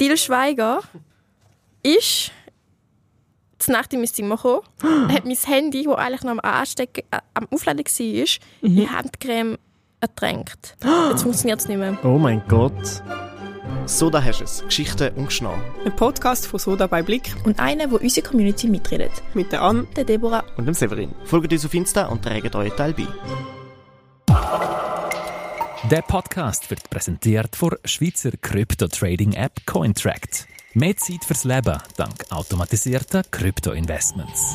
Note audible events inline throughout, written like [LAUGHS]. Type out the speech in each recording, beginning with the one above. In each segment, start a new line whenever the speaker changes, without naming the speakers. Dil Schweiger ist zur Nacht in mein Zimmer gekommen, [GASPS] hat mein Handy, das eigentlich noch am, Anstecken, äh, am Aufladen war, in Handcreme [GASPS] ertränkt. Jetzt funktioniert es nicht mehr.
Oh mein Gott. So, da hast du es. Geschichten und Geschnau.
Ein Podcast von Soda bei Blick
Und einer, wo unsere Community mitredet.
mit der Ann.
Der Deborah.
Und dem Severin. Folgt uns auf Insta und trägt euren Teil bei.
Der Podcast wird präsentiert von Schweizer Krypto-Trading-App Cointract. Mehr Zeit fürs Leben dank automatisierter Krypto-Investments.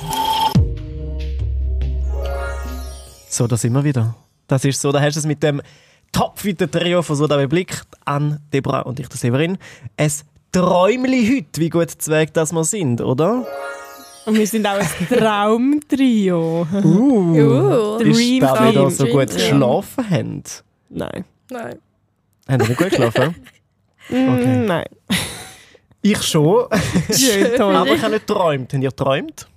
So, da sind wir wieder. Das ist so, da hast du es mit dem topfitten Trio von Soda bei Blick, Anne, Debra und ich, der Severin. Es Träumli heute, wie gut Zweig das wir sind, oder?
Und wir sind auch ein Traumtrio.
Uh.
ist das,
Dream
weil wir
Team.
so gut
Dream Team.
geschlafen haben.
Nein.
Nein.
Haben wir nicht gut geschlafen?
Mm, Nein.
[LAUGHS] ich schon,
Schön, toll.
aber ich habe nicht geträumt. Habt ihr geträumt?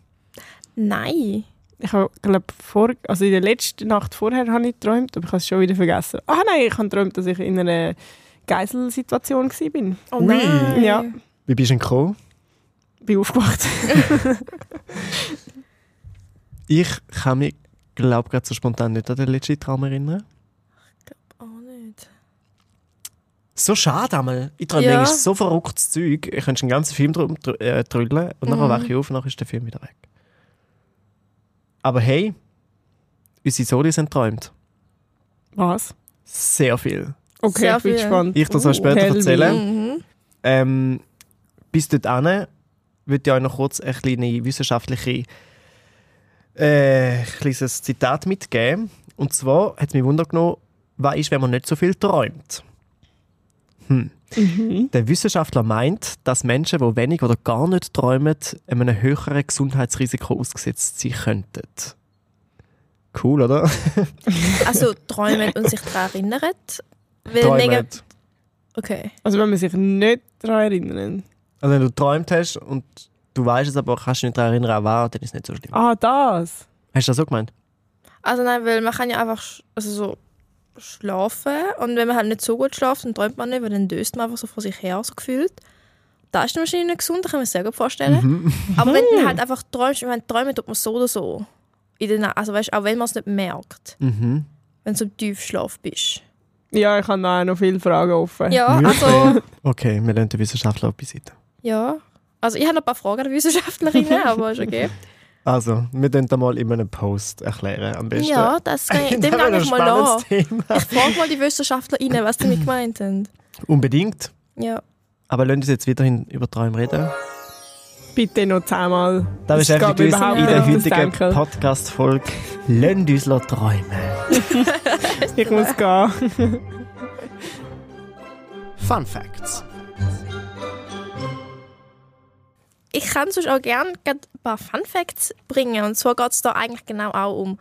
Nein.
Ich habe, glaube vor, also in der letzten Nacht vorher habe ich geträumt, aber ich habe es schon wieder vergessen. Ah nein, ich habe geträumt, dass ich in einer Geiselsituation war.
Oh
Ui.
nein.
Ja.
Wie bist du denn gekommen?
Bin aufgewacht. [LAUGHS]
Ich kann mich, glaube ich, so spontan nicht an den letzten Traum erinnern.
Oh nicht.
So schade einmal. Ich träume
Ja.
manchmal so verrücktes Zeug. Ich könnte einen ganzen Film drum tr- äh, trüllen und nachher wache ich auf und nachher ist der Film wieder weg. Aber hey, unsere Solis haben träumt.
Was?
Sehr viel.
Okay,
Sehr
ich bin
viel.
gespannt.
Ich das uh, später
tell me.
erzählen.
Mhm.
Ähm, bis dorthin würde ich euch noch kurz ein kleines wissenschaftliches äh, kleines Zitat mitgeben. Und zwar hat es mich Wunder genommen, was ist, wenn man nicht so viel träumt? Hm. Der Wissenschaftler meint, dass Menschen, die wenig oder gar nicht träumen, einem höheren Gesundheitsrisiko ausgesetzt sein könnten. Cool, oder?
Also träumen und sich daran erinnern. Weil mega-
Träumen.
Okay.
Also wenn man sich nicht daran erinnert.
Also wenn du geträumt hast und du weißt es aber kannst dich nicht daran erinnern, an was, dann ist es nicht so schlimm.
Ah, das.
Hast du das so gemeint?
Also nein, weil man kann ja einfach sch- also so schlafen und wenn man halt nicht so gut schläft, dann träumt man nicht, weil dann döst man einfach so vor sich her, so gefühlt. Das ist dann wahrscheinlich nicht gesund, das kann man sich sehr gut vorstellen. Aber wenn [LAUGHS] du halt einfach träumst, ich meine, träumen tut man so oder so. In der Na also weißt, auch wenn man es nicht merkt,
Mhm.
wenn du so im Tiefschlaf bist.
Ja, ich habe da auch noch viele Fragen offen.
Ja,
Wirklich?
also,
Okay, wir lernen den Wissenschaftler beiseite.
ja. Also ich habe noch ein paar Fragen an die [LAUGHS] Wissenschaftlerinnen, aber ist okay.
Also, wir können da mal in einem Post erklären, am besten. [LAUGHS]
Ja, das kann [LAUGHS] ich, dem
Das
gehe
wäre
ich
ein
mal nach.
spannendes Thema.
Ich frage mal die Wissenschaftlerinnen, was sie [LAUGHS] damit gemeint haben.
Unbedingt.
Ja.
Aber lasst uns jetzt weiterhin über Träume reden.
Bitte noch zehnmal.
Da ist
geht
einfach
mir
uns
überhaupt
in der
nicht auf das
heutigen
Denken.
Podcast-Folge «Lasst uns lassen träumen».
Ich muss gehen.
Fun Facts.
Ich kann sonst auch gerne ein paar Fun Facts bringen. Und zwar geht es da eigentlich genau auch um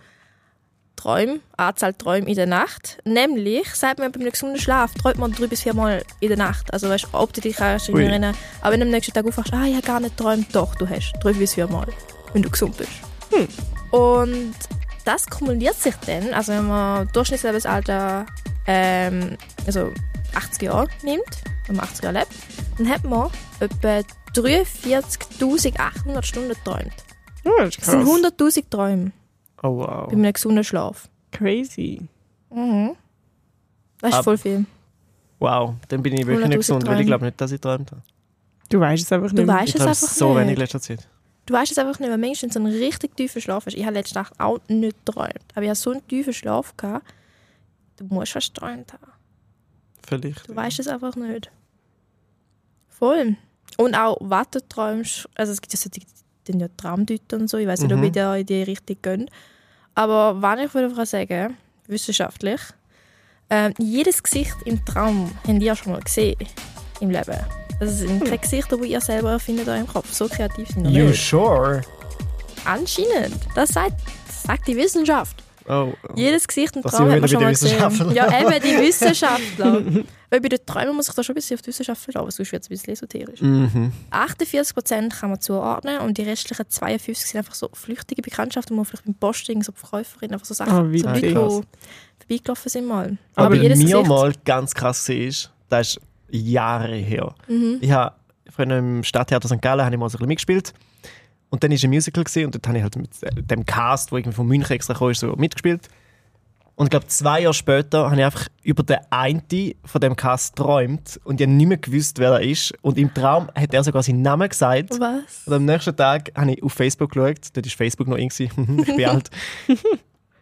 Träume, Anzahl Träume in der Nacht. Nämlich, sagt man, bei einem gesunden Schlaf träumt man drei bis vier Mal in der Nacht. Also weißt du, ob du dich kannst
Ui.
erinnern Aber wenn du am nächsten Tag aufwachst, ah, ich habe gar nicht geträumt. Doch, du hast drei bis vier Mal, wenn du gesund bist. Und das kumuliert sich dann, also wenn man Durchschnittslebensalter ähm, also 80 Jahre nimmt, wenn man 80 Jahre lebt, dann hat man etwa 43.800 Stunden geträumt.
Ja, ist
Das sind
krass.
100.000 Träume
Oh
bei
wow.
einem gesunden Schlaf.
Crazy.
Das ist
Ab-
voll viel.
Wow, dann bin ich wirklich
100'000
nicht gesund, weil
Träume.
ich glaube nicht, dass ich träumt habe.
Du weißt es einfach
Du
nicht. mehr.
weißt
ich
es
träume
einfach
so
nicht.
wenig in letzter Zeit.
Du weißt es einfach nicht, weil manchmal so einen richtig tiefen Schlaf hast. Ich habe letzte Nacht auch nicht geträumt. Aber ich habe so einen tiefen Schlaf gehabt, du musst fast geträumt haben.
Vielleicht.
Du weißt es einfach nicht. Voll. Und auch, was du träumst. Also es gibt ja so die, die ja Traumdeuter und so. Ich weiß nicht, ob
Mhm.
ich da in die Richtung gehe. Aber wenn ich würde sagen, wissenschaftlich, ähm, jedes Gesicht im Traum habt ihr schon mal gesehen im Leben. Also es sind keine Gesichter, die ihr selber erfindet in im Kopf. So kreativ sind wir
You
nicht.
sure?
Anscheinend. Das sagt, das sagt die Wissenschaft.
Oh,
Jedes Gesicht im
Das
Traum hat
sind
man schon
wir
mal
wieder bei den
gesehen. Ja, eben die
[LAUGHS]
Wissenschaftler. Weil bei den Träumen muss ich da schon ein bisschen auf die Wissenschaft verlassen, sonst wird es ein bisschen esoterisch.
mhm.
48% kann man zuordnen und die restlichen 52% sind einfach so flüchtige Bekanntschaften, wo man vielleicht beim Posting, so Verkäuferinnen, einfach so Sachen,
Ah,
so Leute,
witzig.
die vorbeigelaufen sind mal.
Aber
jedes
mir
Gesicht-
mal ganz krass war, das ist Jahre her.
Mhm.
Ich habe früher im Stadttheater St. Gallen habe ich mal so ein bisschen mitgespielt. Und dann war ein Musical gewesen, und dort habe ich halt mit äh, dem Cast, der irgendwie von München extra kam, so mitgespielt. Und ich glaube, zwei Jahre später habe ich einfach über den einen von dem Cast geträumt und ich habe nicht mehr gewusst, wer er ist. Und im Traum hat er sogar seinen Namen gesagt.
Was?
Und am nächsten Tag habe ich auf Facebook geschaut. Dort war Facebook noch in. gewesen. [LAUGHS] ich
[LAUGHS]
bin alt.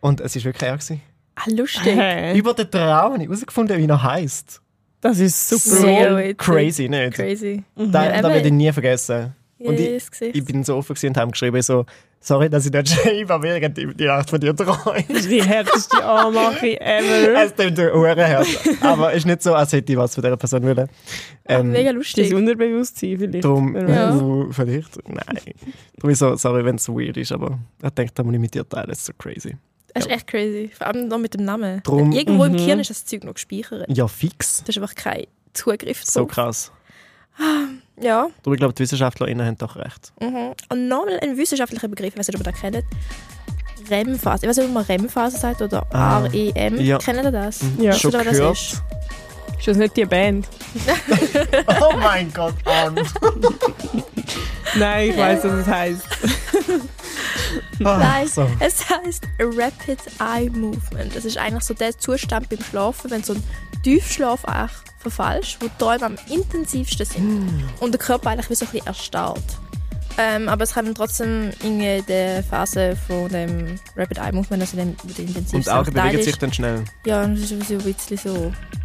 Und es war wirklich er. Gewesen.
Ah, lustig.
Hä?
Über den Traum habe ich herausgefunden, wie er heisst.
Das ist super.
Sehr witzig.
Crazy, nicht?
Crazy. Mhm.
Da,
Ja,
da werde ich
eben.
nie vergessen. Und
Ja,
ich,
das Gesicht.
ich bin so offen gewesen und habe geschrieben so, sorry, dass ich nicht [LAUGHS] schreibe, aber während die die Nacht von dir träume.
Das ist die härteste Anmache ever.
[LAUGHS] Also,
Es tut mir Uhrenherz. Aber es ist nicht so, als hätte ich was von dieser Person wollen. Ähm,
Mega
Das
lustig.
Unterbewusstsein vielleicht.
darum, [LAUGHS]
Wer weiß.
Ja.
uh, vielleicht, nein. Darum ist so, sorry, wenn es weird ist, aber ich denke, da muss ich mit dir teilen, das ist so crazy.
Das ist echt crazy. Vor allem noch mit dem Namen.
Drum-
Irgendwo im
Mhm.
Gehirn ist das Zeug noch gespeichert.
Ja, fix.
Du hast einfach keinen Zugriff
So
drauf.
krass.
Ja.
Darum, ich glaube, die WissenschaftlerInnen haben doch recht.
Mhm. Und nochmal ein wissenschaftlicher Begriff, ich weiß nicht, ob ihr das kennt. REM-Phase. Ich weiß nicht, ob man REM-Phase sagt oder
Ah.
REM.
Ja. Mhm.
Kennt ihr das?
Ja.
Wisst ihr,
Schon
was das
gehört.
ist?
Ist das nicht die Band?
[LAUGHS] Oh mein Gott, Arn.
Nein, ich weiss, was es heisst.
[LAUGHS] Nein,
Ah, so.
es heißt Rapid Eye Movement. Das ist eigentlich so der Zustand beim Schlafen, wenn du so ein Tiefschlaf auch verfallst, wo die Träume am intensivsten sind
Mhm.
und der Körper eigentlich wie so ein bisschen erstarrt. Ähm, aber es kann trotzdem in der Phase von dem Rapid Eye Movement, also dem, wo der intensivste
Und die Augen
Teil
bewegen
ist.
sich dann schnell.
Ja, und das ist sowieso ein bisschen so.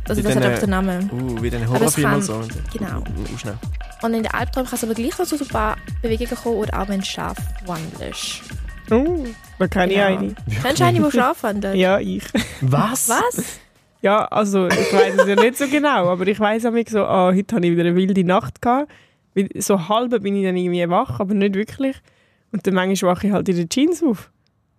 Also
Mit
das hat
den,
einfach
äh,
den Namen.
Uh, wie den
Aber es
Horrorfilm
kann-
und so.
genau.
Uh, schnell.
Und in den Albträumen kannst du aber gleich noch so ein paar Bewegungen kommen oder auch wenn du scharf wandelst.
Oh, da kenne ich
Ja.
eine.
Kennst du eine,
[LAUGHS]
die scharf wandelt?
Ja, ich.
Was?
Was?
Ja, also ich weiß es ja nicht so genau, aber ich weiß auch so, ah, heute habe ich wieder eine wilde Nacht gehabt. Weil So halb bin ich dann irgendwie wach, aber nicht wirklich. Und dann manchmal wache ich halt in den Jeans auf.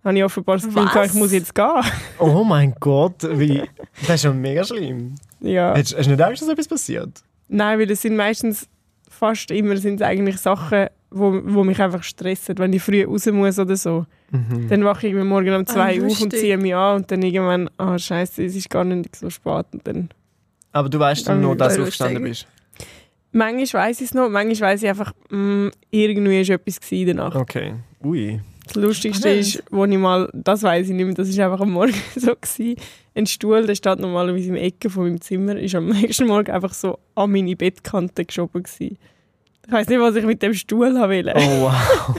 Habe ich offenbar das Gefühl,
Was?
gehabt, ich muss jetzt gehen. [LAUGHS]
Oh mein Gott, wie. Das ist ja mega schlimm.
Ja.
Hast, hast du nicht Angst, dass etwas passiert?
Nein, weil es sind meistens fast immer sind es eigentlich Sachen, wo, wo mich einfach stressen, wenn ich früh raus muss oder so.
Mhm.
Dann wache ich mir morgen um zwei auf und
lustig.
ziehe mich an und dann irgendwann, ah scheiße, es ist gar nicht so spät. Und dann
Aber du weißt dann
Ähm,
nur, dass du
voll
aufgestanden bist.
manchmal weiß ich es noch, manchmal weiß ich einfach, mm, irgendwie ist etwas gewesen in der Nacht.
Okay. Ui.
[LAUGHS] Das Lustigste
Spannend.
ist, wo ich mal, das weiß ich nicht mehr, das ist einfach am Morgen [LAUGHS] so gewesen. Ein Stuhl, der steht normalerweise im Ecke von meinem Zimmer, ist am [LAUGHS] nächsten Morgen einfach so an meine Bettkante geschoben gewesen. Ich weiß nicht, was ich mit dem Stuhl haben wollte.
Oh wow.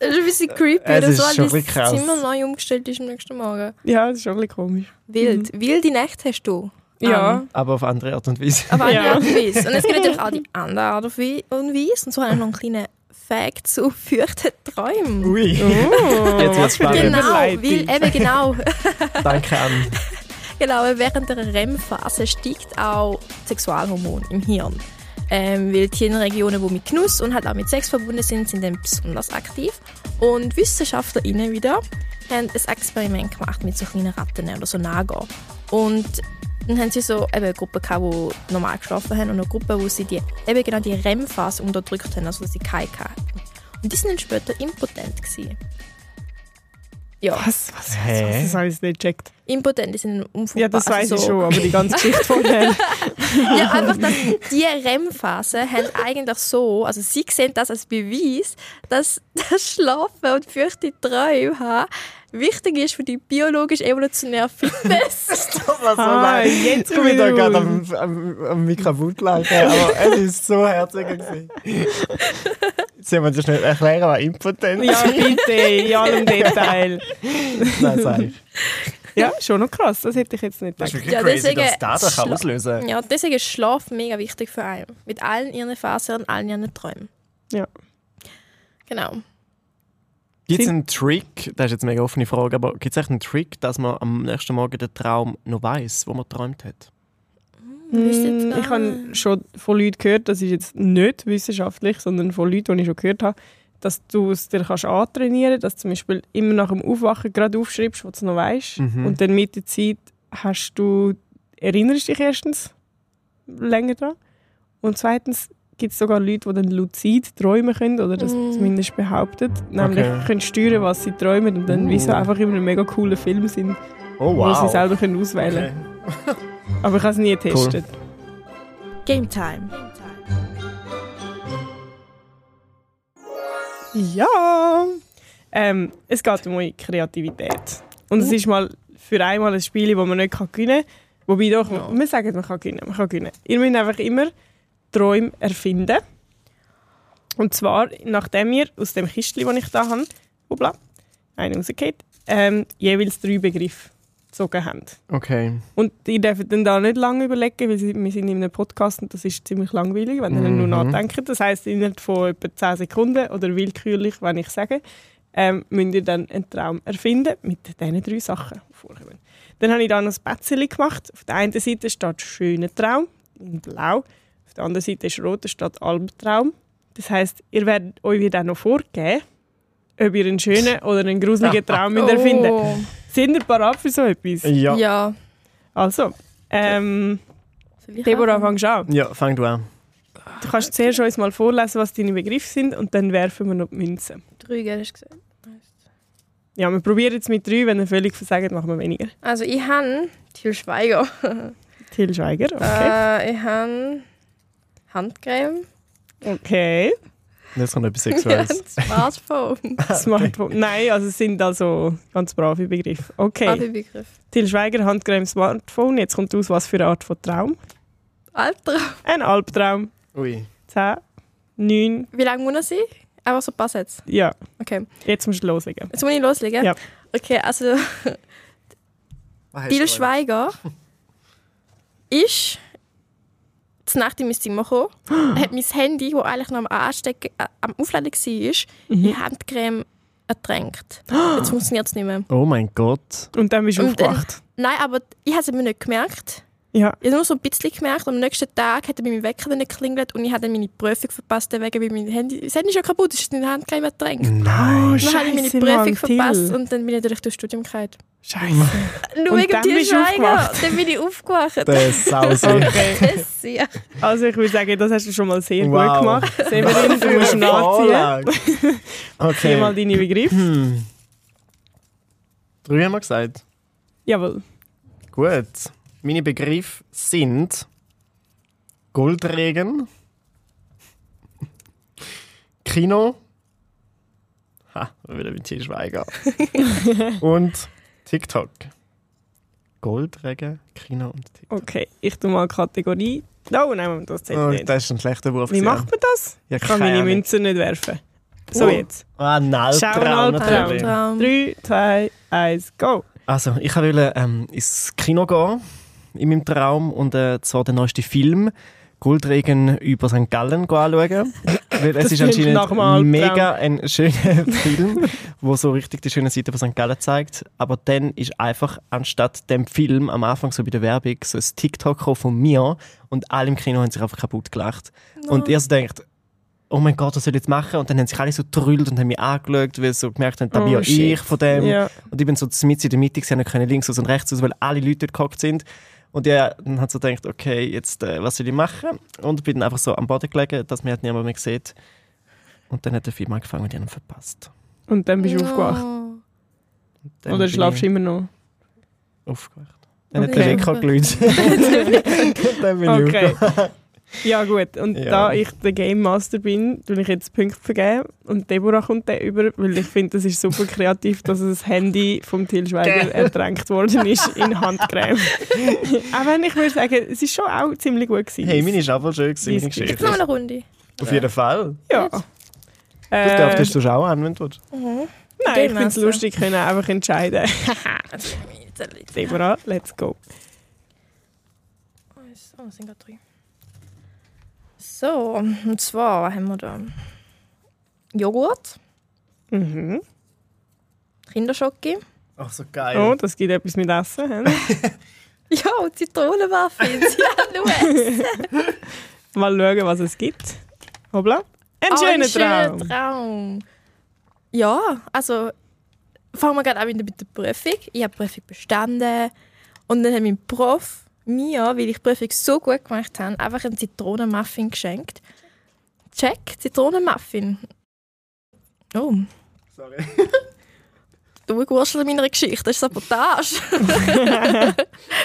Das ist ein bisschen creepy,
Es
oder
ist
so,
schon
weil
ein bisschen
das
krass.
Zimmer neu umgestellt ist am nächsten Morgen.
Ja, das ist schon ein bisschen komisch.
Wild.
Mhm.
Wilde Nächte hast du.
Ja.
Aber auf andere Art und Weise.
Auf andere
Ja.
Art und Weise. Und es gibt natürlich auch die andere Art und Wei- und Weise. Und so habe ich noch einen kleinen Fact zu [LAUGHS] fürchten Träumen.
[LAUGHS] Ui.
Oh,
Jetzt wird's spannend.
Genau, weil
Überleitung.
eben genau,
Danke an.
genau, weil während der REM-Phase steigt auch das Sexualhormon im Hirn. Ähm, weil die Hirnregionen, die mit Genuss und halt auch mit Sex verbunden sind, sind dann besonders aktiv. Und WissenschaftlerInnen wieder haben ein Experiment gemacht mit so kleinen Ratten oder so Nager. Und dann haben sie so eben eine Gruppe gehabt, die normal geschlafen haben und eine Gruppe, wo sie die, eben genau die REM-Phase unterdrückt haben, also dass sie keine hatten. Und die sind dann später impotent gewesen. Ja,
Was? Was? Was?
Hä?
was? Das habe ich nicht gecheckt.
impotent, die sind unfruchtbar.
Ja, das weiß
also
ich
so,
schon, aber die ganze
[LAUGHS]
Geschichte vorher.
ja, einfach, dass die REM-Phase haben eigentlich so, also sie sehen das als Beweis, dass [LAUGHS] das Schlafen und fürchte Träume haben wichtig ist für die biologisch-evolutionäre Fitness.
[LAUGHS] Das
[LAUGHS]
war so
Ah, jetzt
Ich bin da
wieder
gerade am,
raus.
am, am Mikrofon lachen, aber es ist so herzig.
[LAUGHS]
gewesen. Jetzt müssen wir das schnell erklären, was impotent ist.
Ja, bitte, in allem Detail.
Nein, sag ich.
Ja, schon noch krass, das hätte ich jetzt nicht gedacht.
wirklich
Ja, deswegen schla-
auslösen
ja, deswegen ist Schlaf mega wichtig für einen. Mit allen ihren Phasen und allen ihren Träumen.
Ja.
Genau.
Gibt es einen Trick, das ist jetzt eine mega offene Frage, aber gibt es echt einen Trick, dass man am nächsten Morgen den Traum noch weiß, wo man geträumt hat?
wisst ihr Hm, jetzt
Mm,
gar
Ich habe schon von Leuten gehört, das ist jetzt nicht wissenschaftlich, sondern von Leuten, die ich schon gehört habe, dass du es dir kannst antrainieren kannst, dass du zum Beispiel immer nach dem Aufwachen gerade aufschreibst, was du noch weißt.
Mhm.
Und dann mit der Zeit hast du, erinnerst dich erstens länger daran. Und zweitens gibt es sogar Leute, die dann luzid träumen können, oder das
Mm.
zumindest behauptet. Nämlich
Okay.
können steuern, was sie träumen und dann wie so
Uh.
einfach immer einem mega coolen Film sind,
Oh
wo sie selber können auswählen können. Aber ich habe es nie getestet.
Game Time.
Ja! Ähm, es geht um eure Kreativität. Und es ist mal für einmal ein Spiel, das man nicht kann gewinnen kann. Wobei doch,
Ja.
wir sagen, man kann gewinnen, man kann gewinnen. Ihr müsst einfach immer Träume erfinden. Und zwar, nachdem ihr aus dem Kistchen, das ich da habe, hoppla, einen rausgeht, ähm, jeweils drei Begriffe gezogen habt.
Okay.
Und ihr dürft dann da nicht lange überlegen, weil sie- wir sind in einem Podcast und das ist ziemlich langweilig, wenn ihr nur
Mhm.
nachdenkt. Das heisst, innerhalb von etwa 10 Sekunden oder willkürlich, wenn ich sage, ähm, müsst ihr dann einen Traum erfinden mit diesen drei Sachen, die vorkommen. Dann habe ich da noch ein Bettchen gemacht. Auf der einen Seite steht «Schöner Traum» in blau, auf der anderen Seite ist «Roter» steht «Albtraum». Das heisst, ihr werdet euch wieder noch vorgeben, ob ihr einen schönen oder einen gruseligen Traum oh. erfinden müsst.
Oh,
Sind ihr parat für so etwas?
ja.
Ja. ja.
ja. Also
Also, ähm,
Vielleicht
Deborah,
auch.
fangst du an.
fang du an.
Du kannst zuerst uns mal vorlesen, was deine Begriffe sind und dann werfen wir noch die Münzen.
Drei, gell, hast du gesagt.
Ja, wir probieren jetzt mit drei, wenn ihr völlig versagt, machen wir weniger.
Also ich habe Til Schweiger.
Till Schweiger, okay.
Äh, ich habe Handcreme.
Ähm,
[LAUGHS]
Okay.
Das kommt etwas
Ja, [LAUGHS]
Sexuelles.
Smartphone.
[LAUGHS] Smartphone. Nein, also es sind also ganz brave Begriffe.
Also-
Okay.
Abi-Begriff.
Till Schweiger, Handcreme, Smartphone. Jetzt kommt aus, was für eine Art von Traum.
Alter.
Ein Albtraum.
Ui.
10, 9,
Wie lange muss er sein? Einfach so ein paar Sätze.
ja.
Okay.
Jetzt musst du loslegen.
Jetzt muss ich loslegen.
Ja.
Okay, also Til Schweiger ist zur Nacht in mein Zimmer gekommen,
[GASPS]
hat mein Handy, das eigentlich noch am Anstecken, äh, am Aufladen war,
Mhm.
in Handcreme ertränkt. Jetzt
[GASPS]
funktioniert es nicht mehr.
Oh mein Gott.
Und dann bist du
Und dann-
aufgewacht.
Nein, aber ich habe es mir nicht gemerkt.
Ja.
Ich habe nur so ein bisschen gemerkt. Am nächsten Tag hat er bei meinem Wecker dann geklingelt und ich habe dann meine Prüfung verpasst, deswegen, weil mein Handy... Das Handy ist ja kaputt, es ist in der Handcreme ertränkt.
Nein.
Dann habe ich meine
Scheisse,
Prüfung
Mann,
verpasst
Till.
und dann bin ich durch das Studium gefallen.
Scheiße.
Nur
Und
wegen
dann
Til
bist du
Schweiger.
aufgewacht.
Dann bin ich aufgewacht.
Das ist sausier. [LAUGHS]
Okay.
Das, ja.
Also ich würde sagen, das hast du schon mal sehr
Wow.
gut
[LAUGHS]
gemacht. Severin, du musst nachziehen.
Vorlage.
Zieh mal
Okay.
deine Begriffe.
Hm. Drei haben wir gesagt.
Jawohl.
Gut. Meine Begriffe sind Goldregen, Kino, ha, wieder mit Til
[LAUGHS]
Schweiger und TikTok. Goldregen, Kino und TikTok.
Okay, ich tue mal Kategorie. Oh nein, das zählt
Oh,
nicht.
das ist ein schlechter Wurf.
Wie
gewesen.
macht man das?
Ja,
Ich kann
keine
meine
Ahnung.
Münzen nicht werfen. So
Oh.
jetzt.
Ah, ein
Schau, ein
Albtraum natürlich.
Albtraum.
Traum.
3, 2, 1, go.
Also, ich wollte ähm, ins Kino gehen, in meinem Traum, und äh, zwar den neuesten Film «Goldregen» über St. Gallen go
[LAUGHS]
anschauen. Weil es
Das
ist
klingt nach einem Albtraum.
anscheinend mega ein schöner [LAUGHS] Film, wo so richtig die schöne Seite von St. Gallen zeigt. Aber dann ist einfach anstatt dem Film am Anfang so bei der Werbung so ein TikTok gekommen von mir und alle im Kino haben sich einfach kaputt gelacht. Und ihr so denkt, oh mein Gott, was soll ich jetzt machen? Und dann haben sich alle so gerüllt und haben mich angeschaut, weil sie so gemerkt haben, da
Oh,
bin ja
shit.
ich von dem.
ja.
Und ich bin so mitten in der Mitte, gewesen, ich konnte links aus und rechts aus, weil alle Leute dort gehockt sind. Und ja, dann hat so gedacht, okay, jetzt, äh, was soll ich machen? Und bin dann einfach so am Boden gelegen, dass mir halt niemand mehr sieht. Und dann hat der Film angefangen und ich habe ihn verpasst.
Und dann bist du aufgewacht.
No.
Dann
Oder
bin
schlafst du immer noch?
ich aufgewacht. Dann
Okay.
hat der Wecker geläutet. [LAUGHS] dann bin ich
Okay.
aufgewacht. [LAUGHS]
Ja gut, und
Ja.
da ich der Game Master bin, tue ich jetzt Punkte vergeben und Deborah kommt dann über, weil ich finde, das ist super kreativ, dass das Handy vom Til Schweiger ertränkt worden ist in
[LAUGHS]
Handcreme. auch wenn ich würde sagen, es ist schon auch ziemlich gut gewesen.
Hey, meine war voll schön, gewesen, meine
Dein
Jetzt
Geschichte.
noch eine Runde.
Auf jeden Fall.
Ja.
Du
Äh,
darfst es auch an, wenn du willst.
Mhm.
[LAUGHS]
nein, ich finde es
Game
lustig, können einfach entscheiden. [LAUGHS]
Also,
Deborah, let's go.
Oh, es sind gerade drei. So, und zwar was haben wir da Joghurt,
Mhm.
Kinderschocke,
Ach, so geil.
Oh, das gibt etwas mit Essen. hä?
ja, und Zitronenmuffins. ja, [LAUGHS] schau.
Mal schauen, was es gibt. Hoppla. Ein
Oh,
schöner Traum.
schöner Traum. Ja, also fangen wir gerade an mit mit der Prüfung. Ich habe die Prüfung bestanden und dann hat mein Prof mir, weil ich die Prüfung so gut gemacht habe, einfach einen Zitronenmuffin geschenkt. Check, Zitronenmuffin. Oh,
Sorry.
durchgewurschtelt in meiner Geschichte. Das ist
[LAUGHS]
Sabotage.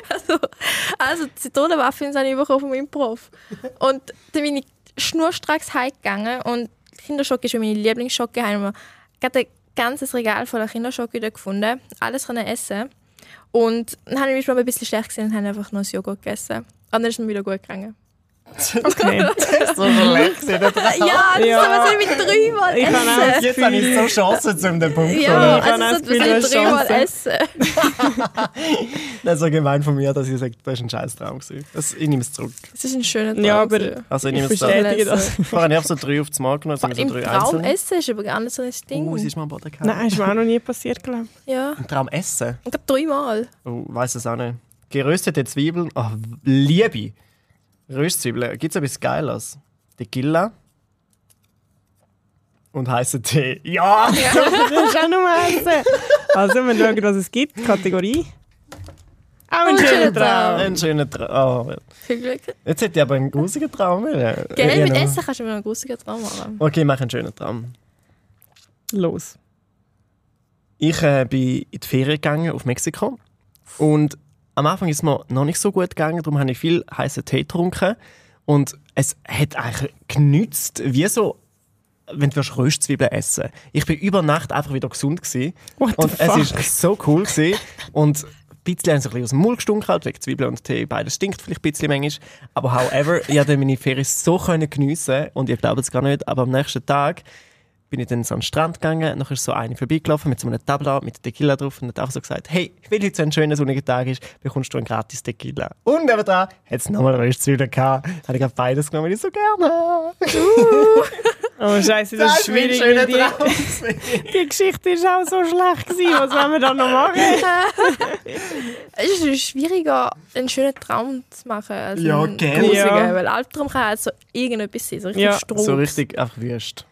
also, also Zitronenwaffeln sind ich bekommen von meinem Prof. Und dann bin ich schnurstracks heimgegangen und Kinderschocke ist meine Lieblingsschocke. Ich habe gerade ein ganzes Regal voller Kinderschocke wieder gefunden. Alles können essen. Und dann habe ich mich mal ein bisschen schlecht gesehen und habe einfach noch ein Joghurt gegessen. Und dann ist es mir wieder gut gegangen.
[LAUGHS] Okay.
so schlecht gewesen, oder?
Ja, das
[LAUGHS] Ja.
haben wir so mit dreimal
Ich kann auch-
essen.
[LAUGHS] Jetzt habe ich so Chancen, um den Punkt zu
Ja,
Ich kann auch
also
das
so, das
Gefühl,
mit dreimal
Chance.
essen.
Das ist so gemein von mir, dass ich sage, das ist ein scheiß Traum. gewesen. Das, ich nehme es zurück.
Es ist ein schöner Traum.
Ja, aber
gewesen.
Also ich
ich
nehme es zurück.
bestätige das.
Vorher habe ich einfach so drei auf das Mal genommen, jetzt haben wir
Im
so Also drei
Traum
einzelne.
essen ist aber gar nicht so ein Ding.
Oh, sie ist mal am Boden gefallen.
Nein, ist mir auch noch nie passiert, glaube ich.
ja,
Im Traum essen?
ich glaube dreimal.
Oh, weiß es auch nicht. Geröstete Zwiebeln, oh, Liebe. Röstzwiebeln, gibt es etwas Geiles? Tequila und heißen Tee. Ja!
Du kannst auch nur essen. Also, wir schauen, was es gibt. Kategorie. Auch ein
Und
schöner
schöner
Traum.
Ein schöner Traum. Oh.
Viel Glück.
Jetzt hätte ich aber einen grusigen Traum. Gell,
Gell, mit Essen kannst du mir noch einen grusigen Traum machen.
Okay, ich mache einen schönen Traum.
Los.
Ich äh, bin in die Ferien gegangen auf Mexiko und am Anfang ist mir noch nicht so gut gegangen, darum habe ich viel heißen Tee getrunken und es hat eigentlich genützt, wie so, wenn du würdest Röstzwiebeln essen. Ich bin über Nacht einfach wieder gesund gewesen
What the
und
fuck?
es ist so cool gewesen und ein bisschen haben sie ein bisschen aus dem Mund gestunken, halt, wegen Zwiebeln und Tee, beides stinkt vielleicht ein bisschen manchmal, aber however, ich konnte meine Ferien so können geniessen und ihr glaubt es gar nicht, aber am nächsten Tag bin ich dann so an den Strand gegangen, nachher ist so eine vorbeigelaufen mit so einem Tabla mit Tequila drauf und hat auch so gesagt, hey, weil heute so ein schöner sonniger Tag ist, bekommst du einen gratis Tequila. Und aber da hat es nochmal Röstzwiebeln gehabt. Habe ich gerade beides genommen, weil ich so gerne habe.
Oh, Scheiße, das, ist
war ein
schwierig.
schöner
weil die,
Traum.
die Geschichte ist auch so schlecht. Gewesen. Was wollen wir da noch machen?
[LAUGHS] Es ist schwieriger, einen schönen Traum zu machen als
Ja,
einen
gell?
grusigen.
Ja.
Weil Albtraum kann halt so irgendetwas sein, [LAUGHS] so richtig
Ja.
Strom.
So richtig einfach wüst.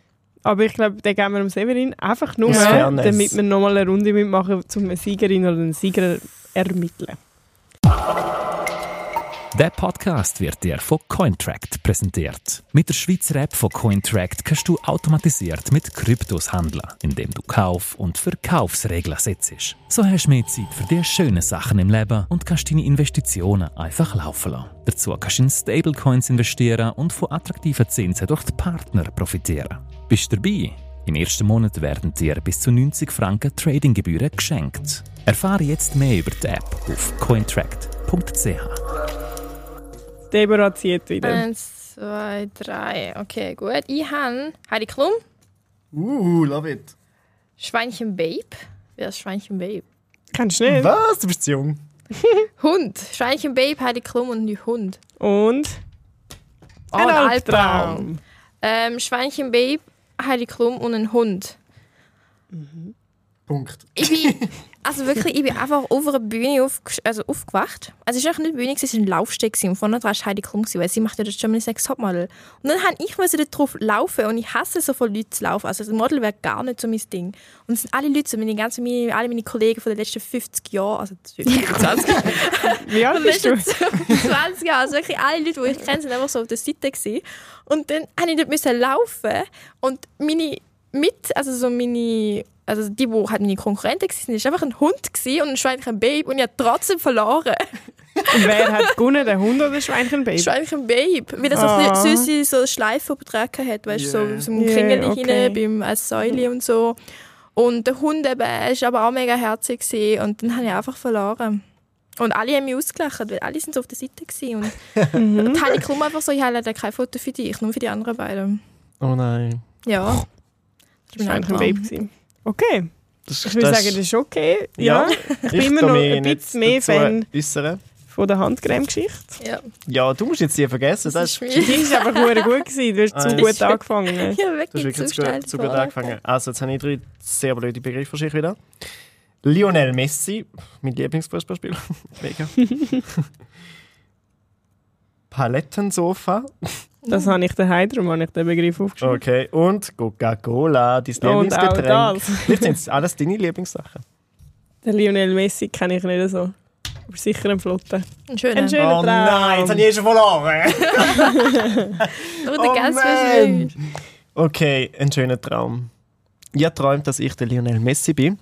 Aber ich glaube, den geben wir dem Severin einfach nur, äh,
Aus Fairness.
damit wir nochmal eine Runde mitmachen, um eine Siegerin oder einen Sieger ermitteln.
Der Podcast wird dir von Cointract präsentiert. Mit der Schweizer App von Cointract kannst du automatisiert mit Kryptos handeln, indem du Kauf- und Verkaufsregeln setzt. So hast du mehr Zeit für die schönen Sachen im Leben und kannst deine Investitionen einfach laufen lassen. Dazu kannst du in Stablecoins investieren und von attraktiven Zinsen durch die Partner profitieren. Bist du dabei? Im ersten Monat werden dir bis zu 90 Franken Tradinggebühren geschenkt. Erfahre jetzt mehr über die App auf cointract.ch.
Deborah zieht
Äh.
wieder.
Eins, zwei, drei. Okay, gut. Ich habe Heidi Klum,
Uh, love it.
Schweinchen Babe. Wer ist Schweinchen Babe?
Kannst du nicht?
Was? Du bist zu jung.
Hund. Schweinchen Babe, Heidi Klum und die Hund.
Und
Oh, ein
ein
Albtraum.
Albtraum.
Ähm, Schweinchen Babe, Heidi Klum und ein Hund.
Punkt.
Ich bin, [LAUGHS] also wirklich, ich bin einfach auf einer Bühne auf, also aufgewacht. Also es war eigentlich nicht eine Bühne, es war ein Laufsteg. gewesen. Und vorne dran war Heidi Klum, gewesen, weil sie macht ja das Germany's Next Topmodel. Und dann musste ich musste da drauf laufen und ich hasse so von Leuten zu laufen. Also das Model wäre gar nicht so mein Ding. Und es sind alle Leute, so meine ganze Familie, alle meine Kollegen von den letzten 50 Jahren, also 20
Wie alt bist du?
letzten [LAUGHS] 20 Jahre. Also wirklich alle Leute, die ich kenne, sind einfach so auf der Seite. Gewesen. Und dann musste ich dort müssen laufen und meine mit, also so meine, also die, die halt meine Konkurrenten waren, ist einfach ein Hund gewesen und ein Schweinchen Babe und ich habe trotzdem verloren.
Wer hat gewonnen, der Hund oder das Schweinchenbaby?
Schweinchen Babe, weil er so
Ah.
ein bisschen süße so Schleife übertragen hat, weißt du,
Yeah.
so zum
Yeah,
Kringeli
okay.
hinein, beim als Säule und so. Und der Hund eben, er war aber auch mega herzig gewesen. und dann habe ich einfach verloren. Und alle haben mich ausgelacht, weil alle sind so auf der Seite
[LAUGHS]
gewesen. und Teile Klum einfach so, ich habe leider kein Foto für dich, nur für die anderen beiden.
[LAUGHS] Oh nein.
Ja.
Oh. Das war eigentlich ein Baby. gewesen. Okay,
Das,
ich würde sagen, das ist okay. Ja,
ich
bin immer
tu
noch
mich
ein
nicht
bisschen mehr
dazu
Fan.
äussern.
von der Handcreme-Geschichte.
Ja,
Ja, du musst jetzt die vergessen.
das,
Das,
ist
ist,
mir. [LAUGHS]
[LAUGHS] Die ist einfach verdammt gut gewesen. Du hast zu
Nein.
gut angefangen.
Ja,
das ist
wirklich zu
wirklich zu
schnell.
gut, zu gut angefangen. Also, jetzt habe ich drei sehr blöde Begriffe wahrscheinlich wieder. Lionel Messi, mein Lieblingsfußballspieler. [LAUGHS] Mega. Palettensofa.
Das habe ich daheim, darum habe ich den Begriff aufgeschrieben.
Okay. Und Coca-Cola, dein
Und auch
Lieblingsgetränk.
das.
Vielleicht sind es alles deine Lieblingssachen.
Den Lionel Messi kenne ich nicht so. Aber sicher ein Flotten.
Ein schöner.
Ein schöner
Oh
Traum.
ich eh schon verloren. [LAUGHS]
Nur
Oh
der Gäste
Mann.
ist-
Okay, ein schöner Traum. Ihr träumt, dass ich der Lionel Messi bin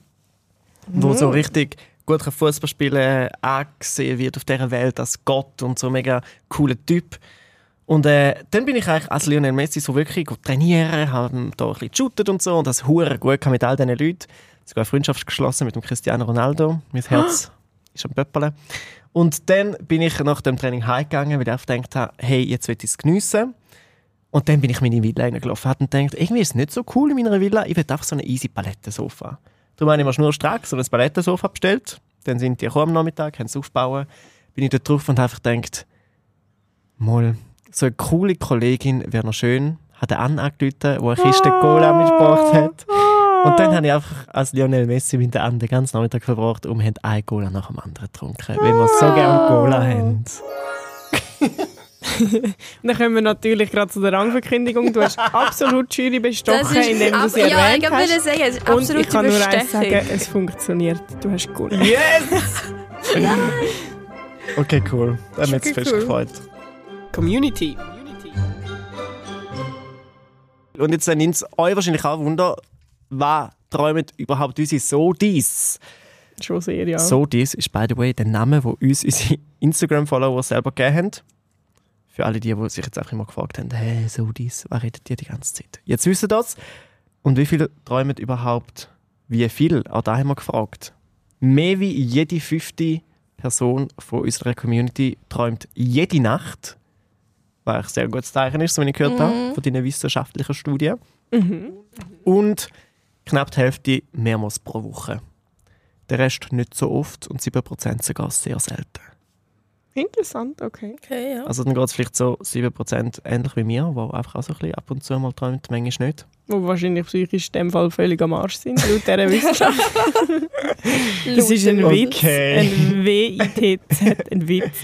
Mhm.
wo so richtig gut kann Fußball spielen kann, angesehen wird auf dieser Welt als Gott und so ein mega cooler Typ. Und äh, dann bin ich eigentlich als Lionel Messi so wirklich gut trainieren, habe da ein bisschen geshootet und so und das hure gut gehabt mit all diesen Leuten. Sogar eine Freundschaft geschlossen mit dem Cristiano Ronaldo. Mein Herz ist am Pöppeln. Und dann bin ich nach dem Training heimgegangen, weil ich einfach gedacht habe, hey, jetzt will ich es geniessen. Und dann bin ich in meine Villa reingelaufen hat und gedacht, irgendwie ist es nicht so cool in meiner Villa, ich will einfach so ein easy Palettensofa. Darum habe ich mir schnurstracks so ein Palettensofa bestellt. Dann sind die gekommen am Nachmittag, haben es aufgebaut. Bin ich dort drauf und habe einfach gedacht, mal, so eine coole Kollegin wäre noch schön. Hat eine Anne angerufen, die eine Kiste Cola mitgebracht hat.
Ah.
Und dann habe ich einfach als Lionel Messi mit der Anne den ganzen Nachmittag verbracht und wir haben eine Cola nach dem anderen getrunken, weil wir so gerne Cola haben.
Dann kommen wir natürlich gerade zu der Rangverkündigung. [LAUGHS] Du hast absolut die Jury
Das
bestochen,
ist,
indem du
ab,
sie
ja, ich
erwähnt
würde
hast.
sagen, es ist
Und ich
absolute
kann nur eins sagen,
Bestechung.
es funktioniert. Du hast gewonnen.
Yes! okay, cool. Dann hat es
Okay,
fest
cool.
gefreut.
Community.
Und jetzt nimmt es euch wahrscheinlich auch Wunder, was träumen überhaupt unsere Sodis?
Schon sehr, ja.
Sodis ist, by the way, der Name, den uns unsere [LAUGHS] Instagram-Follower selber gegeben haben. Für alle die, die sich jetzt auch immer gefragt haben, hey, Sodis, was redet ihr die ganze Zeit? Jetzt wissen das. Und wie viele träumen überhaupt wie viel? Auch da haben wir gefragt. Mehr wie jede fünfte Person von unserer Community träumt jede Nacht. Was eigentlich ein sehr gutes Zeichen ist, so wie ich gehört habe, von deinen wissenschaftlichen Studien.
Mhm.
Und knapp die Hälfte mehrmals pro Woche. Der Rest nicht so oft und 7% sogar sehr selten.
Interessant, okay.
Okay, ja.
Also dann geht es vielleicht so 7% ähnlich wie mir, wo einfach auch so ein bisschen ab und zu mal träumt, manchmal nicht.
Wo wahrscheinlich psychisch in dem Fall völlig am Arsch sind, laut [LAUGHS] dieser Wissenschaft. Das ist ein
Okay.
Witz. Ein W-I-T-Z, ein Witz.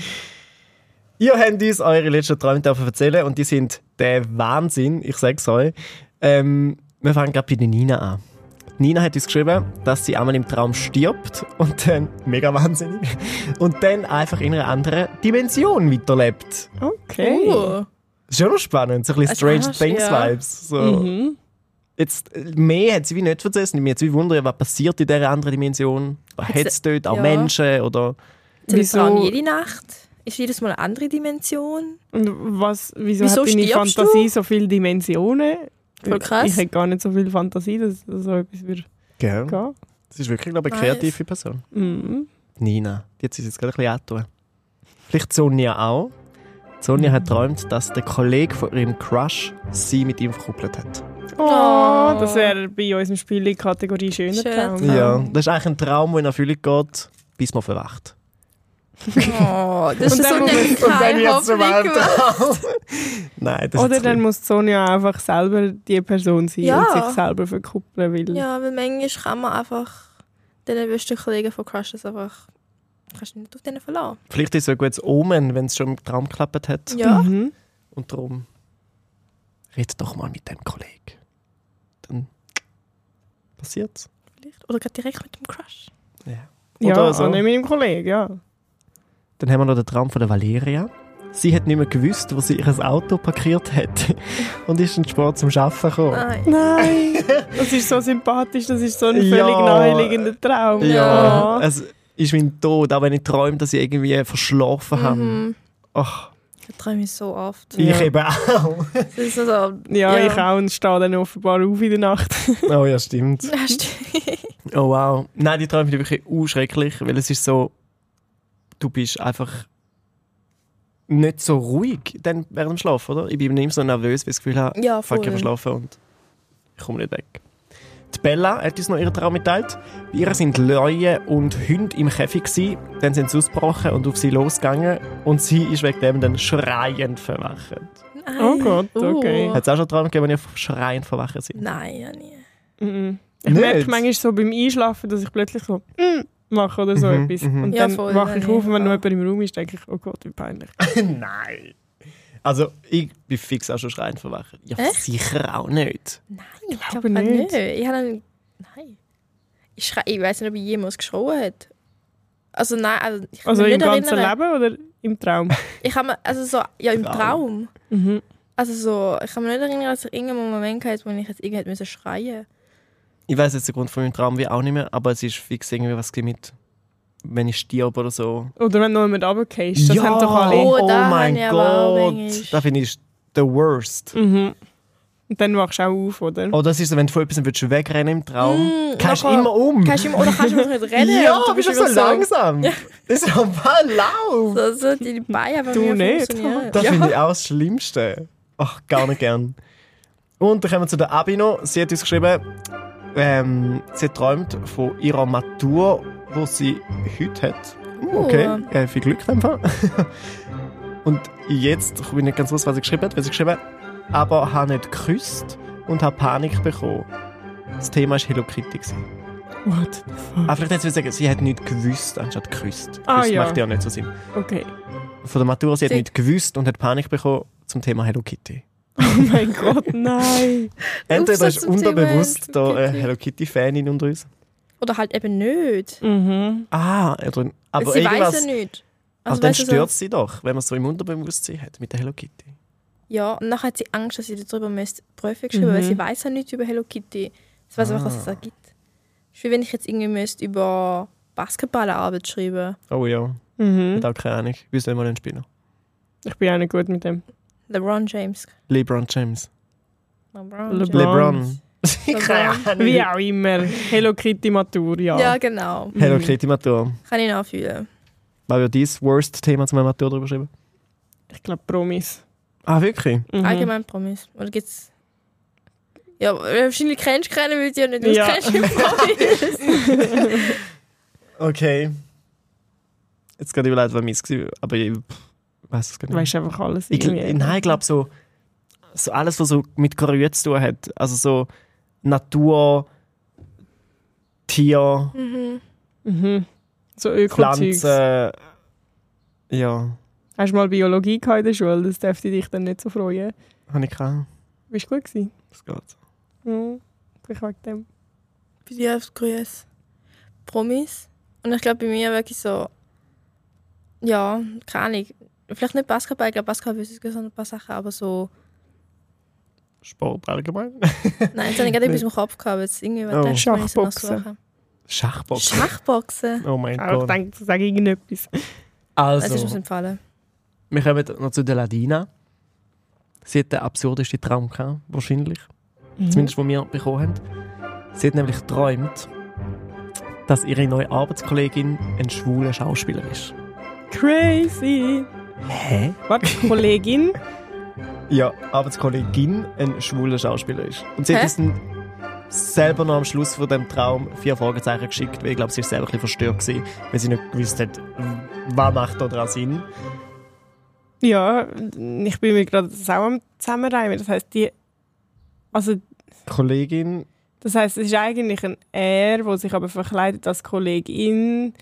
Ihr habt uns eure letzten Träume dürfen erzählen und die sind der Wahnsinn, ich sag's euch. Ähm, wir fangen gerade bei der Nina an. Nina hat uns geschrieben, dass sie einmal im Traum stirbt und dann, [LAUGHS] mega wahnsinnig, und dann einfach in einer anderen Dimension weiterlebt.
Okay.
Uh.
Ist schon noch spannend, so ein bisschen
Ist
Strange
anders,
Things
ja. Mhm.
Vibes. So.
Mhm.
Jetzt, äh, mehr hat sie wie nicht erzählt. Mich jetzt wie wundern, was passiert in dieser anderen Dimension. Was hat es dort? Auch
ja.
Menschen? Oder
Wieso-
Telegram jede Nacht. Ist jedes Mal eine andere
[LAUGHS]
Dimension.
Und was, wieso,
Wieso
hat deine
stirbst
Fantasie so viele Dimensionen?
Voll krass.
Ich hätte gar nicht so viel Fantasie, dass dass so etwas würde
Gell.
gehen.
Das ist wirklich, glaube ich, eine
Nice.
kreative Person.
Mhm.
Nina, die hat sich jetzt gerade ein bisschen angetan. Vielleicht Sonja auch. Sonja hat träumt, dass der Kollege von ihrem Crush sie mit ihm verkuppelt hat.
Oh, das wäre bei uns im Spiel die Kategorie schöner
Schön.
Traum.
Ja. Das ist eigentlich ein Traum, der in Erfüllung geht, bis man verwacht.
Oh, das
Und
ist so
dann
eine
muss- und
kleine Hoffnung. Mann.
Albtraum. [LAUGHS] Nein, das
Oder
ist
dann muss Sonja einfach selber die Person sein
Ja.
und sich selber verkuppeln, weil
Ja, weil manchmal kann man einfach den besten Kollegen von Crushes einfach kannst du nicht auf denen verlassen.
Vielleicht ist es ein gutes Omen, wenn es schon im Traum geklappt hat.
Ja.
Mhm.
Und darum, red doch mal mit dem Kollegen. Dann passiert's.
Vielleicht. Oder gerade direkt mit dem Crush.
Ja.
ja
Oder so.
so. nicht mit dem Kollegen, ja.
Dann haben wir noch den Traum von der Valeria. Sie hat nicht mehr gewusst, wo sie ihr Auto parkiert hat [LAUGHS] und ist in Sport zum Arbeiten
Oh.
gekommen.
Nein.
[LAUGHS]
Nein, das ist so sympathisch, das ist so ein völlig
Ja.
naheliegender Traum.
Ja,
Oh.
es Also, ist mein Tod, auch wenn ich träume, dass ich irgendwie verschlafen habe.
Mhm.
Ach,
Ich träume ich so oft.
ich
Ja.
eben auch. [LAUGHS]
Das ist also- so, so
Ja, ich auch und stehe dann offenbar auf in der Nacht.
oh ja,
[LAUGHS]
stimmt.
Ja, stimmt.
Oh wow. Nein, die Träume finde ich wirklich unschrecklich, weil es ist so, du bist einfach nicht so ruhig dann während dem Schlaf, oder? Ich bin immer so nervös, weil ich das Gefühl habe,
Ja,
fuck, ich
voll.
muss schlafen und ich komme nicht weg. Die Bella hat uns noch ihren Traum mitteilt. Bei ihr sind Löwen und Hunde im Käfig gewesen, dann sind sie ausgebrochen und auf sie losgegangen und sie ist wegen dem dann schreiend verwacht.
Nein.
Oh Gott, okay.
Uh.
Hat es auch schon Träume gegeben, wenn ihr schreiend verwacht sind?
Nein, ja nie.
Mhm. Ich
Nicht?
merke manchmal so beim Einschlafen, dass ich plötzlich so «Mm» mache oder so
Mhm,
etwas.
mhm.
Und
Ja,
dann
voll,
wache ich
dann
auf und wenn noch
auch.
jemand im Raum ist, denke ich «Oh Gott, wie peinlich».
[LAUGHS] Nein. Also, ich bin fix auch schon schreiend verwacht. Ja,
Echt?
sicher auch nicht.
Nein, ich
glaube
glaube nicht.
nicht.
Ich habe einen. Nein. Ich, schrei, ich weiß nicht, ob ich jemals geschrien hat. Also nein, also ich kann
Also
mich
im
nicht
ganzen
erinnern.
Leben oder im Traum?
Ich habe mir- also so ja im
Traum.
Traum.
Mhm.
Also so, ich kann mich nicht erinnern, dass ich irgendeinen Moment hatte, wo ich jetzt irgendwann schreien musste.
Ich weiß jetzt den Grund von meinem Traum wie auch nicht mehr, aber es ist fix irgendwie was gewesen mit, wenn ich stirb oder so.
Oder wenn du jemand runtergehst. Das
Ja!
haben doch alle.
Oh, da hab
mein
ich aber auch
Gott!
manchmal.
Da finde ich the worst.
Mhm. Und dann wachst du auch auf, oder?
Oh, das ist so, wenn du von etwas willst wegrennen im Traum,
Mm,
kannst du
nachher-
immer um.
Kannst du immer, oder kannst du einfach nicht rennen?
ja,
und du
du bist doch
einfach
so langsam. Das ist aber lauf.
So, so die Beine aber
Du nicht.
Das
Ja.
finde ich auch das Schlimmste. Ach, gar nicht gern. Und dann kommen wir zu der Abi noch. Sie hat uns geschrieben, ähm, sie träumt von ihrer Matur, die sie heute hat. Uh, okay, äh, viel Glück in dem Fall. und jetzt, ich bin nicht ganz raus, was sie geschrieben hat, weil sie geschrieben hat, aber habe nicht geküsst und habe Panik bekommen. Das Thema war Hello Kitty. gewesen.
What?
Ah, vielleicht hätte sie sagen, sie hat nicht gewusst, anstatt geküsst.
Ah,
das
ja.
macht ja auch nicht so Sinn.
Okay. [LAUGHS]
Von der Matura, sie hat
Sie-
nicht gewusst und hat Panik bekommen zum Thema Hello Kitty.
Oh mein Gott, nein.
Entweder
Aufsatz
ist
zum
unterbewusst
Thema
da
Hello
eine
Kitty.
Hello Kitty-Fanin unter uns.
Oder halt eben nicht.
Mhm.
Ah, oder, aber
sie
irgendwas.
weiß ja nicht.
aber
Also
dann
weiss sie so-
stört sie doch, wenn man es so im Unterbewusstsein hat mit der Hello Kitty.
Ja, und nachher hat sie Angst, dass sie darüber müsste Prüfung schreiben, weil
Mhm.
sie weiß ja nichts über Hello Kitty. Sie weiß einfach, dass es
Ah.
da gibt. Das ist wie wenn ich jetzt irgendwie müsste über Basketball eine Arbeit schreiben.
Oh ja,
Mhm.
hat auch keine Ahnung. Wie soll man einen Spieler?
Ich bin auch nicht gut mit dem.
LeBron James.
LeBron James. [LAUGHS]
LeBron.
LeBron.
James.
LeBron. keine Ahnung.
Wie auch immer. Hello Kitty Matur, ja.
Mhm. Ja, genau.
Hello Kitty-Matur.
Kann ich nachfühlen.
Was wäre dein worst Thema zu meiner Matur drüber geschrieben?
Ich glaube Promis.
Ah, [LAUGHS] wirklich?
Mhm.
Allgemein Promis. Oder gibt's. Ja, wahrscheinlich kennst du keinen, weil du ja nicht
Ja.
auskennst mit
[LAUGHS]
Promis.
Okay. Jetzt gerade überlegt, was meins war, aber ich weiß es gar
Du
nicht.
weißt einfach alles.
Ich, gl-
irgendwie.
nein, ich glaube so, so alles, was so mit Gerühe zu tun hat. Also so Natur, Tier,
Mhm. So Öko-Zeugs.
Pflanzen. Ja,
Hast du mal Biologie gehabt in der Schule? Das dürfte dich dann nicht so freuen.
habe ich keine.
Du bist gut gewesen.
Das geht.
Mhm. Ich wegen dem.
Bei dir aufs Grüß. Promis. Und ich glaube, bei mir wirklich so. Ja, keine Ahnung. Vielleicht nicht Basketball, ich glaube, Basketball wüsste ich sogar so ein paar Sachen, aber
[LAUGHS]
so.
Sport allgemein. [LAUGHS]
Nein, jetzt habe ich gerade etwas im Kopf gehabt, jetzt irgendwie
Oh.
was oh. ich so
Schachboxen.
nachsuchen.
Schachboxen.
Schachboxen?
Oh mein
Aber ich
Gott.
denke, sage irgendetwas.
Das ist mir
Also,
entfallen.
wir kommen noch zu der Ladina. Sie hat den absurdesten Traum gehabt, wahrscheinlich. zumindest die wir bekommen haben. Sie hat nämlich geträumt, dass ihre neue Arbeitskollegin ein schwuler Schauspieler ist.
Mhm. Crazy.
Hä? [LAUGHS]
Warte, Kollegin.
Ja, Arbeitskollegin ein schwuler Schauspieler ist. Und sie
Hä?
hat uns dann selber noch am Schluss von dem Traum vier Fragezeichen geschickt, weil ich glaube, sie war selber ein bisschen verstört, gewesen, weil sie nicht gewusst hat, was macht da dran Sinn.
Ja, ich bin mir gerade das auch am zusammenreimen. Das heisst, die. Also,
Kollegin,
das heisst, es ist eigentlich ein Er, der sich aber verkleidet als Kollegin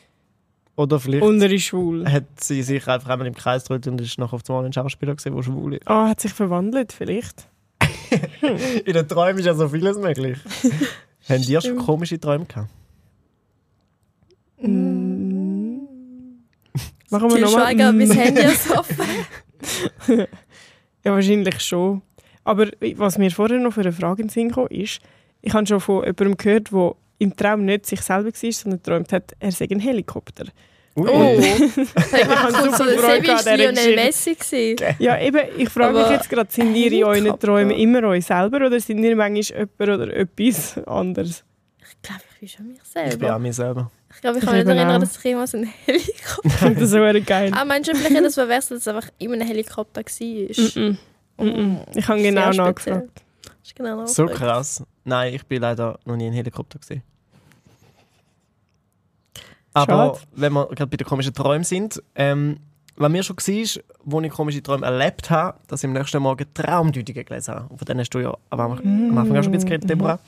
oder vielleicht
und er ist schwul.
hat sie sich einfach einmal im Kreis gedreht und ist nachher auf einmal ein Schauspieler gewesen, der schwul ist.
Ah, hat sich verwandelt vielleicht.
In den Träumen ist ja so vieles möglich. Haben die schon komische Träume gehabt?
Machen wir Mm.
Til
nochmal.
Schweiger,
[LAUGHS]
mein Handy ist offen.
Ja, wahrscheinlich schon. Aber was mir vorher noch für eine Frage in den Sinn kam, ist, ich habe schon von jemandem gehört, der im Traum nicht sich selber war, sondern träumt hat, er sei ein Helikopter.
Ui.
[LAUGHS]
Oh! Sag mal,
hab
kurz so
super
der
Freude
Sebi
an
ist
dieser
Lionel
Geschichte.
Messi. gewesen. [LAUGHS]
Ja, eben, ich frage mich
Aber
jetzt gerade, sind ihr in euren
Helikopter?
Träumen immer euch selber oder sind ihr manchmal jemand oder etwas anderes?
Ich glaube, ich bin schon mir
Ich bin
selber.
auch mir selber.
Ich glaube, ich
Ich
kann mich nicht
eben
erinnern,
auch.
dass ich jemals einen Helikopter.
Ich finde das
[LAUGHS]
so geil.
Ah, meinst du, vielleicht hat das verwechselt, dass es einfach immer ein Helikopter war?
Mm-mm. Mm-mm. mm, Ich habe genau
Oh, Sehr
nachgefragt.
Das ist genau
So
nachgefragt.
krass. Nein, ich bin leider noch nie in Helikopter gesehen. Aber
Schade.
wenn wir gerade bei den komischen Träumen sind, ähm, was mir schon war, wo ich komische Träume erlebt habe, dass ich am nächsten Morgen Traumdeutungen gelesen habe. Und Von denen hast du ja am Anfang am Anfang auch schon ein bisschen geredet, Deborah.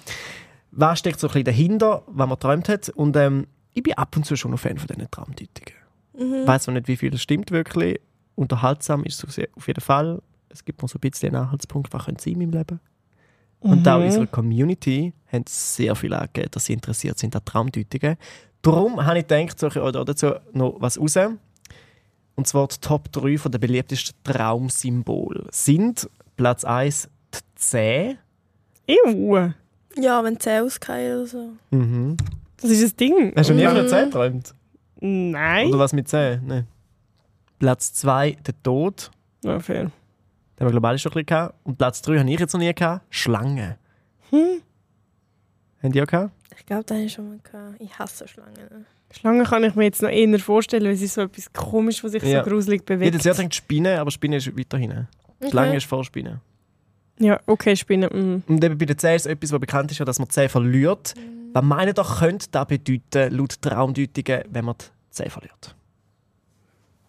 Was steckt so ein bisschen dahinter, was man träumt hat? Und ähm, ich bin ab und zu schon ein Fan von diesen Traumdeutungen.
Mhm.
Ich weiß noch nicht, wie viel das stimmt wirklich. Unterhaltsam ist es auf jeden Fall. Es gibt mir so ein bisschen einen Anhaltspunkt, was könnte sein in meinem Leben.
Mhm.
Und
Mhm.
auch unsere Community haben sehr viel angegeben, dass sie interessiert sind an Traumdeutungen. Darum habe ich gedacht, suche ich euch dazu noch was raus. Und zwar die Top 3 der beliebtesten Traumsymbole sind Platz 1 die Zähne,
Ew.
Ja, wenn Zähne ausgehen oder so.
Mhm.
Das ist ein Ding.
Hast du nie von
Mhm.
10 geträumt? Oder
Nein.
was mit 10? Nein. Platz 2, der Tod.
Ja, fair.
Den haben wir, glaube ich, alle schon ein bisschen gehabt. Und Platz 3 habe ich jetzt noch nie gehabt. Schlange. Hm. Haben die auch gehabt?
Ich glaube, das habe ich schon mal gehabt. Ich hasse Schlangen.
Schlangen kann ich mir jetzt noch eher vorstellen, weil sie so etwas komisch, was sich
Ja.
so gruselig
Ich hätte
bewegt.
jetzt eher gedacht Spinne, aber Spinne ist weiter hinten.
Okay.
Schlange ist vor Spinne.
Ja, okay, Spinnen. Mm.
Und eben bei den Zähnen ist etwas, was bekannt ist, ja, dass man die Zähne verliert. Was meinen doch könnte das bedeuten, laut Traumdeutungen, wenn man die Zähne verliert?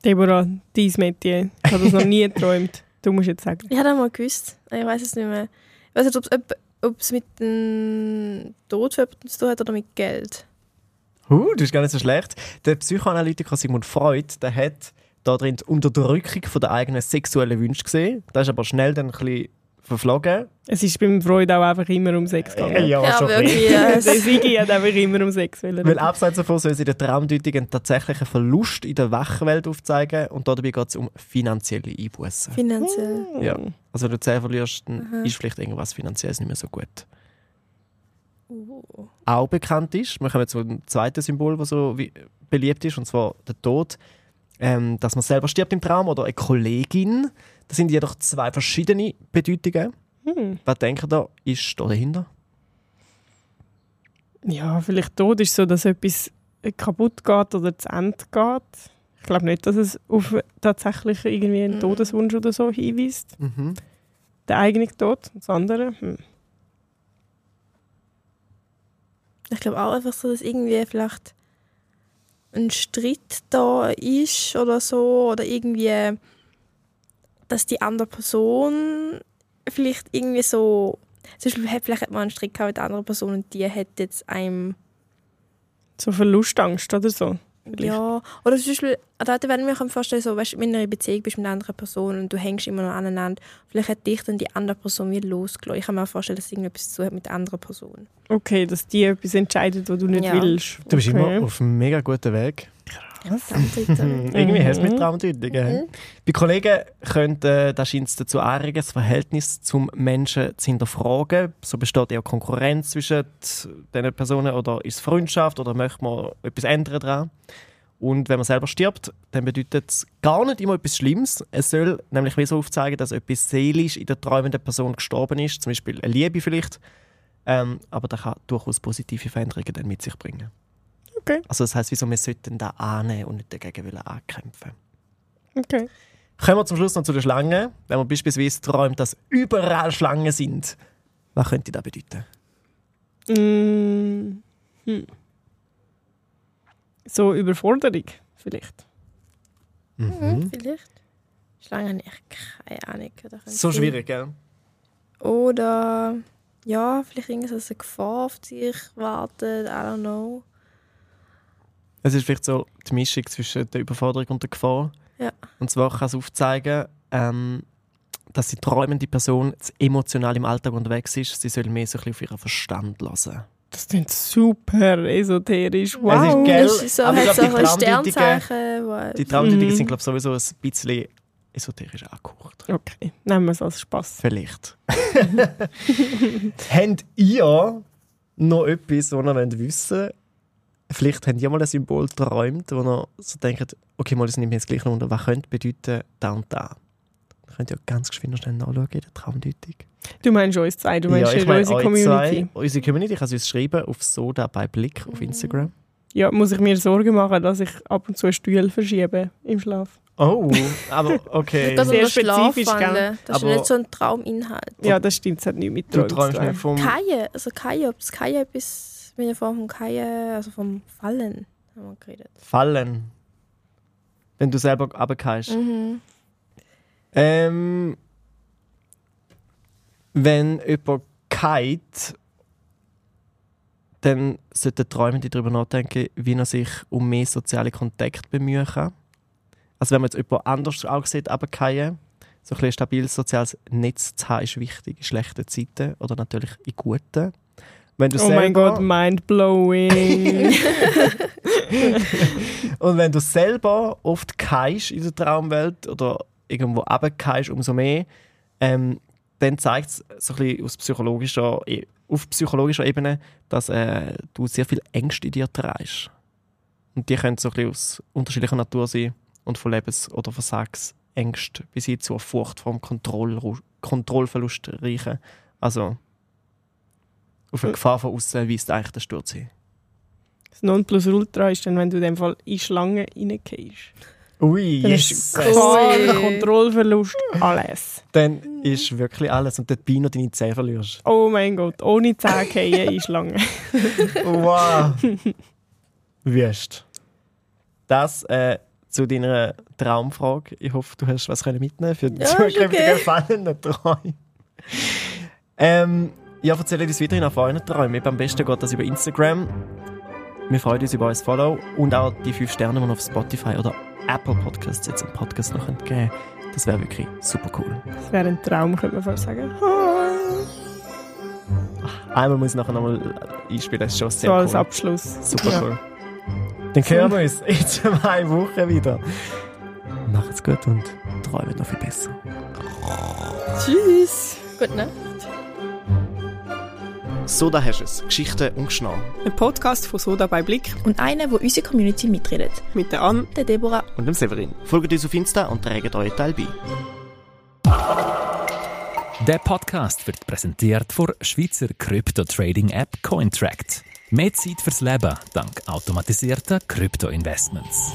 Deborah, dein Metier. Ich habe das
[LAUGHS]
noch nie geträumt. Du musst jetzt sagen.
Ich habe mal gewusst. Ich weiß es nicht mehr. Ich weiß nicht, ob es ob, ob's mit dem Tod von jemandem zu tun hat oder mit Geld.
Huh, Uh, das ist gar nicht so schlecht. Der Psychoanalytiker Sigmund Freud der hat da drin die Unterdrückung von der eigenen sexuellen Wünsche gesehen. Das ist aber schnell dann ein bisschen verflogen.
Es ist beim Freud auch einfach immer um Sex
Äh,
gegangen.
ja,
ein bisschen.
wirklich.
[LAUGHS]
[LAUGHS] Der
Yes.
Sigi hat einfach immer um Sex wollen.
Weil abseits davon soll sie der Traumdeutung einen tatsächlichen Verlust in der Wachwelt aufzeigen und dabei geht es um finanzielle Einbußen.
Finanziell.
Mm.
Ja. Also wenn du 10 verlierst, dann ist vielleicht irgendwas finanzielles nicht mehr so gut.
Uh.
Auch bekannt ist, wir kommen zum zweiten Symbol, das so wie beliebt ist, und zwar der Tod. Ähm, dass man selber stirbt im Traum oder eine Kollegin. Das sind jedoch zwei verschiedene Bedeutungen.
Hm.
Was denkt ihr da? Ist da dahinter?
ja, vielleicht Tod ist so, dass etwas kaputt geht oder zu Ende geht. Ich glaube nicht, dass es auf tatsächlich irgendwie einen
Mm.
Mhm.
Todeswunsch oder so hinweist.
Mhm.
Der eigene Tod, das andere. Hm.
Ich glaube auch einfach so, dass irgendwie vielleicht ein Streit da ist oder so. Oder irgendwie, dass die andere Person vielleicht irgendwie so. Zum Beispiel, hat- vielleicht hat man einen Streit gehabt mit der anderen Person und die hat jetzt einem.
So Verlustangst oder so. Vielleicht.
Ja, oder zum Beispiel, also heute werden wir können vorstellen, so, weißt, du, wenn du in einer Beziehung bist mit einer anderen Person und du hängst immer noch aneinander, vielleicht hat dich dann die andere Person wieder losgelassen. Ich kann mir auch vorstellen, dass es irgendetwas zu hat mit der anderen Person.
Okay, dass die etwas entscheidet, was du nicht
Ja.
willst.
Du bist
okay.
immer auf einem mega guten Weg.
Was? Nein,
Hm, Irgendwie hast du mit
Mhm.
Traumdeutungen. Bei Kollegen könnte äh, das scheint es dazu anregen, das Verhältnis zum Menschen zu hinterfragen. So besteht eher Konkurrenz zwischen t- diesen Personen oder ist es Freundschaft oder möchte man etwas ändern dran. Und wenn man selber stirbt, dann bedeutet es gar nicht immer etwas Schlimmes. Es soll nämlich wie so aufzeigen, dass etwas seelisch in der träumenden Person gestorben ist, zum Beispiel eine Liebe vielleicht. Ähm, aber das kann durchaus positive Veränderungen dann mit sich bringen.
Okay.
Also das heißt, wieso wir sollten da annehmen und nicht dagegen wollen ankämpfen.
Okay.
Kommen wir zum Schluss noch zu den Schlangen. Wenn man beispielsweise träumt, dass überall Schlangen sind, was könnte das bedeuten?
Mm. Hm. So Überforderung vielleicht.
Mhm.
Mhm. Vielleicht. Schlange habe ich echt keine Ahnung. Da könnte
So
es
schwierig, gell?
sein. Oder, ja, vielleicht irgendwas, dass eine Gefahr auf dich wartet, I don't know.
Es ist vielleicht so die Mischung zwischen der Überforderung und der Gefahr.
Ja.
Und zwar kann es aufzeigen, ähm, dass die träumende Person zu emotional im Alltag unterwegs ist. Sie soll mehr so ein bisschen auf ihren Verstand lassen.
Das klingt super esoterisch. Wow.
Es ist geil.
Es ist so,
Aber ich
hat so
glaube,
ein
die Traumdeutige-
Sternzeichen. wo-
Die Traumdeutungen
Mhm.
sind, glaube ich, sowieso ein bisschen esoterisch angehaucht.
Okay, nehmen wir es als Spaß.
Vielleicht. [LAUGHS] habt ihr noch etwas, was ihr wissen wollt? Vielleicht habt ihr mal ein Symbol geträumt, wo ihr so denkt, okay, mal, das nimmt mir jetzt gleich noch unter, was könnte bedeuten da und da? Dann könnt ihr ganz geschwind noch schnell nachschauen in der Traumdeutung.
Du meinst uns zwei, du meinst
meine
unsere
euch
Community. Mhm.
Zwei, unsere Community kann uns schreiben auf Soda bei Blick auf Instagram.
Ja, muss ich mir Sorgen machen, dass ich ab und zu einen Stuhl verschiebe im Schlaf.
Oh, [LAUGHS] aber okay.
Nicht, dass
Sehr
wir
spezifisch,
Schlafwandeln. Das ist
Aber-
ja nicht so ein Trauminhalt.
Ja, das stimmt, es hat nichts mit
du träumst
Träumen zu tun.
nicht vom...
Kaie, also Kaie, ob es Kaie etwas mit der Form von Kaie, also vom Fallen, haben wir geredet.
Fallen. Wenn du selber runterfällst. Ähm, wenn jemand kite, dann sollte der Träumende darüber nachdenken, wie er sich um mehr soziale Kontakte bemühen kann. Also wenn man jetzt jemand anders auch sieht, aber keinen, so ein bisschen stabiles soziales Netz zu haben, ist wichtig in schlechten Zeiten oder natürlich in guten. Wenn du
Oh mein
selber-
Gott, mind-blowing.
[LAUGHS] Und wenn du selber oft keist in der Traumwelt oder irgendwo runterkeist, umso mehr, ähm, dann zeigt es so ein bisschen aus psychologischer, E- auf psychologischer Ebene, dass äh, du sehr viel Ängste in dir trägst. Und die können so ein bisschen aus unterschiedlicher Natur sein und von Lebens- oder Versagensängsten bis hin zur Furcht vor dem Kontrollru- Kontrollverlust reichen. Also auf eine Gefahr von außen weist eigentlich der Sturz hin.
Das Nonplusultra ist dann, wenn du in dem Fall in die Schlange reingehst.
Ui,
Dann ist Gefahr,
Ui.
Oh, Kontrollverlust, alles.
Dann ist wirklich alles und der Pino deine Zähne verlierst.
Oh mein Gott, ohne Zähne
[LAUGHS]
fallen in die Schlange.
Wow. [LAUGHS] Wüst. Das äh, zu deiner Traumfrage. Ich hoffe, du hast was können mitnehmen für die
Ja, ist
zukünftigen
okay.
fallenden Träume. Ähm, ja, erzählt uns weiterhin auf euren Träumen. Eben Am besten geht das über Instagram. Wir freuen uns über euer Follow und auch die 5 Sterne, die ihr auf Spotify oder Apple Podcasts jetzt im Podcast noch geben könnt. Das wäre wirklich super cool.
Das wäre ein Traum, könnte man fast sagen.
Einmal muss ich nachher nochmal einspielen, das ist schon sehr
So
cool.
als Abschluss.
Super
Ja.
cool. Dann hören wir uns [LAUGHS] in zwei Wochen wieder. Macht's gut und träumt noch viel besser.
Tschüss. Gut, ne?
So, da hast du es. Geschichten und Schnau.
Ein Podcast von Soda bei Blick
Und eine, wo unsere Community mitredet.
mit der Anne.
Der Deborah
Und dem Severin. Folgt uns auf Insta und trägt euren Teil bei.
Der Podcast wird präsentiert von Schweizer Krypto-Trading-App Cointract. Mehr Zeit fürs Leben dank automatisierter Krypto-Investments.